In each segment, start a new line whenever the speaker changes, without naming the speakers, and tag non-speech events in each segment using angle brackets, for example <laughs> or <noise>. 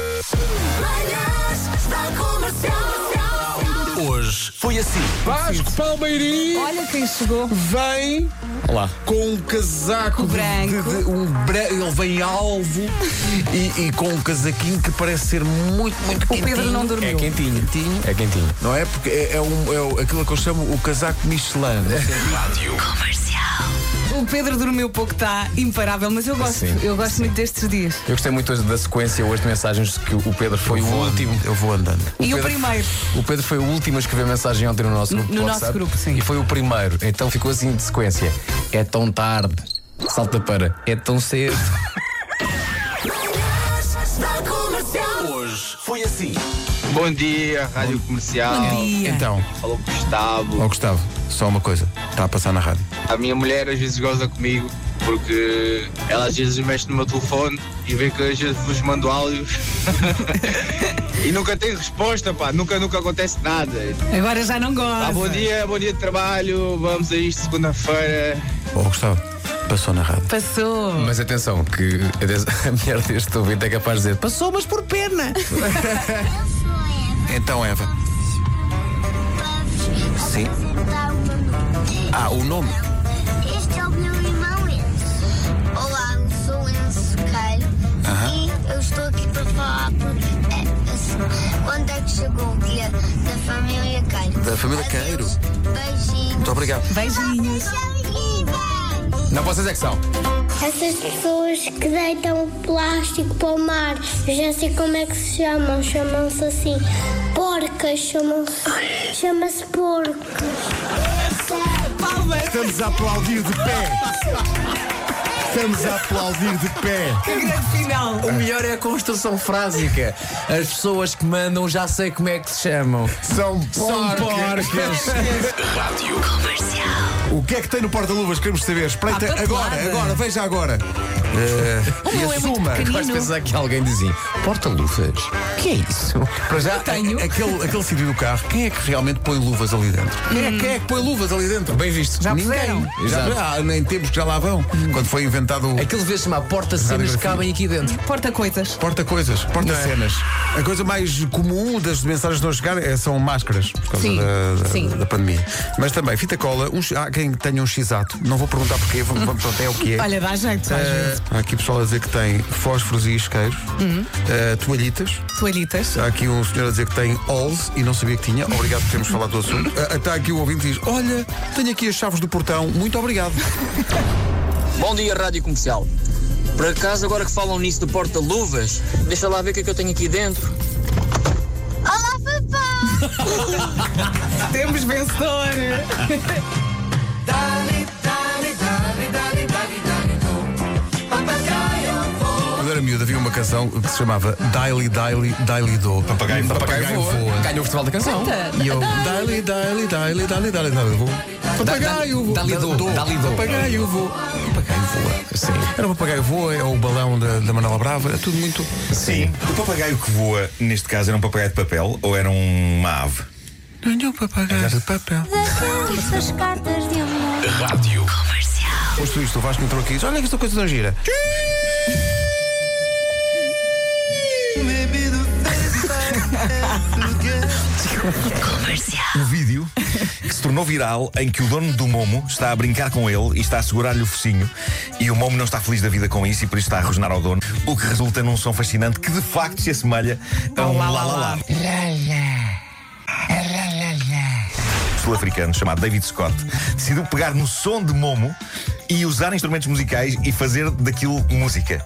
assim.
Preciso.
Vasco Palmeirim
Olha quem chegou.
vem
Olá.
com um casaco de-
Branco.
de- de- um bran- ele vem alvo e, e com um casaquinho que parece ser muito, muito
O Pedro não dormiu.
É quentinho.
quentinho.
É quentinho.
Não é? Porque é, é um, é o- aquilo que eu chamo o casaco Michelin. É.
O Pedro dormiu pouco, está imparável, mas eu gosto.
Sim,
eu gosto muito destes dias.
Eu gostei muito hoje da sequência hoje de mensagens que o Pedro foi o último.
Eu vou andando.
e o
Pedro-
primeiro.
O Pedro foi o último a escrever mensagem ontem no nosso grupo.
No
de
nosso
WhatsApp,
grupo, sim.
E foi o primeiro. Então ficou assim de sequência. É tão tarde. Salta para. É tão cedo.
assim.
Bom dia, Rádio Comercial.
Bom dia.
Então,
Falou Gustavo.
ó Gustavo, só uma coisa. Está a passar na rádio.
A minha mulher às vezes goza comigo porque ela às vezes mexe no meu telefone e vê que às vezes vos mando áudios. <laughs> e nunca tem resposta, pá. Nunca, nunca acontece nada.
Agora já não gosto.
Ah, bom dia, bom dia de trabalho. Vamos a isto segunda-feira.
Ó Gustavo, passou na rádio.
Passou.
Mas atenção, que a des-
<laughs>
a mulher deste ouvinte é capaz de dizer: passou, mas por pena.
Então, Eva. Sim. Ah, o nome?
Este é o meu irmão Enzo. Olá, eu sou o Enzo Queiro e eu estou aqui para falar porque é, assim, quando é que chegou o dia da família Queiro.
Da família Queiro.
Adeus, Beijinhos.
Muito obrigado.
Beijinhos.
Não, vocês é que são.
Essas pessoas que deitam o plástico para o mar, eu já sei como é que se chamam, chamam-se assim. Porcas, chamam-se. Chama-se porco.
Estamos a aplaudir de pé. Estamos a aplaudir de pé.
Que grande final.
O melhor é a construção frásica. As pessoas que mandam já sei como é que se chamam.
São
São porcas.
O que é que tem no porta-luvas? Queremos saber. Espreita
Ah, papelada.
agora, agora, veja agora.
O meu é muito pequenino.
Vais pensar que alguém dizia porta-luvas. que é isso?
Para já,
tenho.
a- aquele, aquele sítio do carro, quem é que realmente põe luvas ali dentro? Quem, é, quem é que põe luvas ali dentro?
Bem visto.
Hum. Já
Ninguém.
puseram? Hum.
Exato.
Já, ah, nem tempos que já lá vão. Quando foi inventado o
Aquilo vê-se chamar porta-cenas que cabem aqui dentro.
Porta coitas.
porta-coisas, porta-cenas. é? A coisa mais comum das mensagens que não chegar é- são máscaras, por causa
Sim,
da, da-
sim.
da pandemia. Mas também fita cola, um, chi- há quem tenha um x-ato, não vou perguntar porquê, vamos, vamos até o que é.
Olha, dá jeito. às
Eh,
vezes.
há aqui pessoal a dizer que tem fósforos e isqueiros,
Uhum.
eh, toalhitas.
Toalhitas.
Há aqui um senhor a dizer que tem alls e não sabia que tinha. Obrigado por termos falado do assunto. Ah, Está aqui o ouvinte e diz: Olha, tenho aqui as chaves do portão. Muito obrigado.
Bom dia, Rádio Comercial. Por acaso, agora que falam nisso do porta-luvas, deixa lá ver o que é que eu tenho aqui dentro.
Olá, papai!
Temos vencedor.
Quando era miúdo havia uma canção que se chamava Daily, Daily, Daily Do. Um Papagaio,
Papagaio voa. Ganhou o Festival da Canção.
E eu, Daily, Daily, Daily, Daily, Daily, Daily Voo. Papagaio voa.
Daily Do, Daily Do.
Papagaio voa. Papagaio voa.
Sim.
Era o papagaio voa, é o balão da, da Manuela Brava, é tudo muito.
Sim. O papagaio que voa, neste caso, era um papagaio de papel ou era um, uma ave?
Não, não, papagaio de papel.
Essas cartas de amor.
Posto isto, o Vasco entrou aqui e disse: Olha que esta coisa não gira.
Um vídeo que se tornou viral em que o dono do Momo está a brincar com ele e está a segurar-lhe o focinho e o Momo não está feliz da vida com isso e por isso está a rosnar ao dono, o que resulta num som fascinante que de facto se assemelha a um lá lá lá. sul-africano chamado David Scott decidiu pegar no som de Momo e usar instrumentos musicais e fazer daquilo música.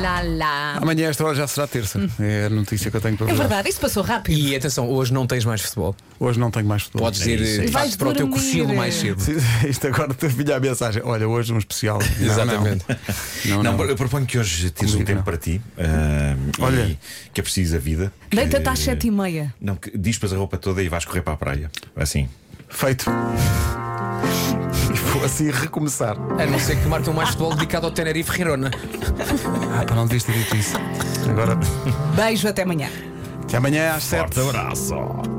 Lá, lá.
Amanhã, a esta hora, já será terça. É a notícia que eu tenho para
É
vos dar.
verdade, isto passou rápido.
E atenção, hoje não tens mais futebol.
Hoje não tenho mais futebol. É
Podes ir eh,
Vais
vais para o teu
dormir.
cochilo mais cedo.
<laughs> Isto agora te vinha a mensagem. Olha, hoje um <laughs> especial. Não,
Exatamente.
Não, não.
Não, eu proponho que hoje tires
Comigo
um
não.
tempo para ti ah,
Olha.
e que é preciso a vida. que-
Deita-te às sete e meia.
Não, que dispas a roupa toda e vais correr para a praia. Assim.
Feito. E vou assim recomeçar.
A não ser que marquem <laughs> mais futebol dedicado ao Tenerife Rirona.
Ah, para não devias ter dito isso. Agora.
Beijo, até amanhã.
Até amanhã é às 7.
abraço.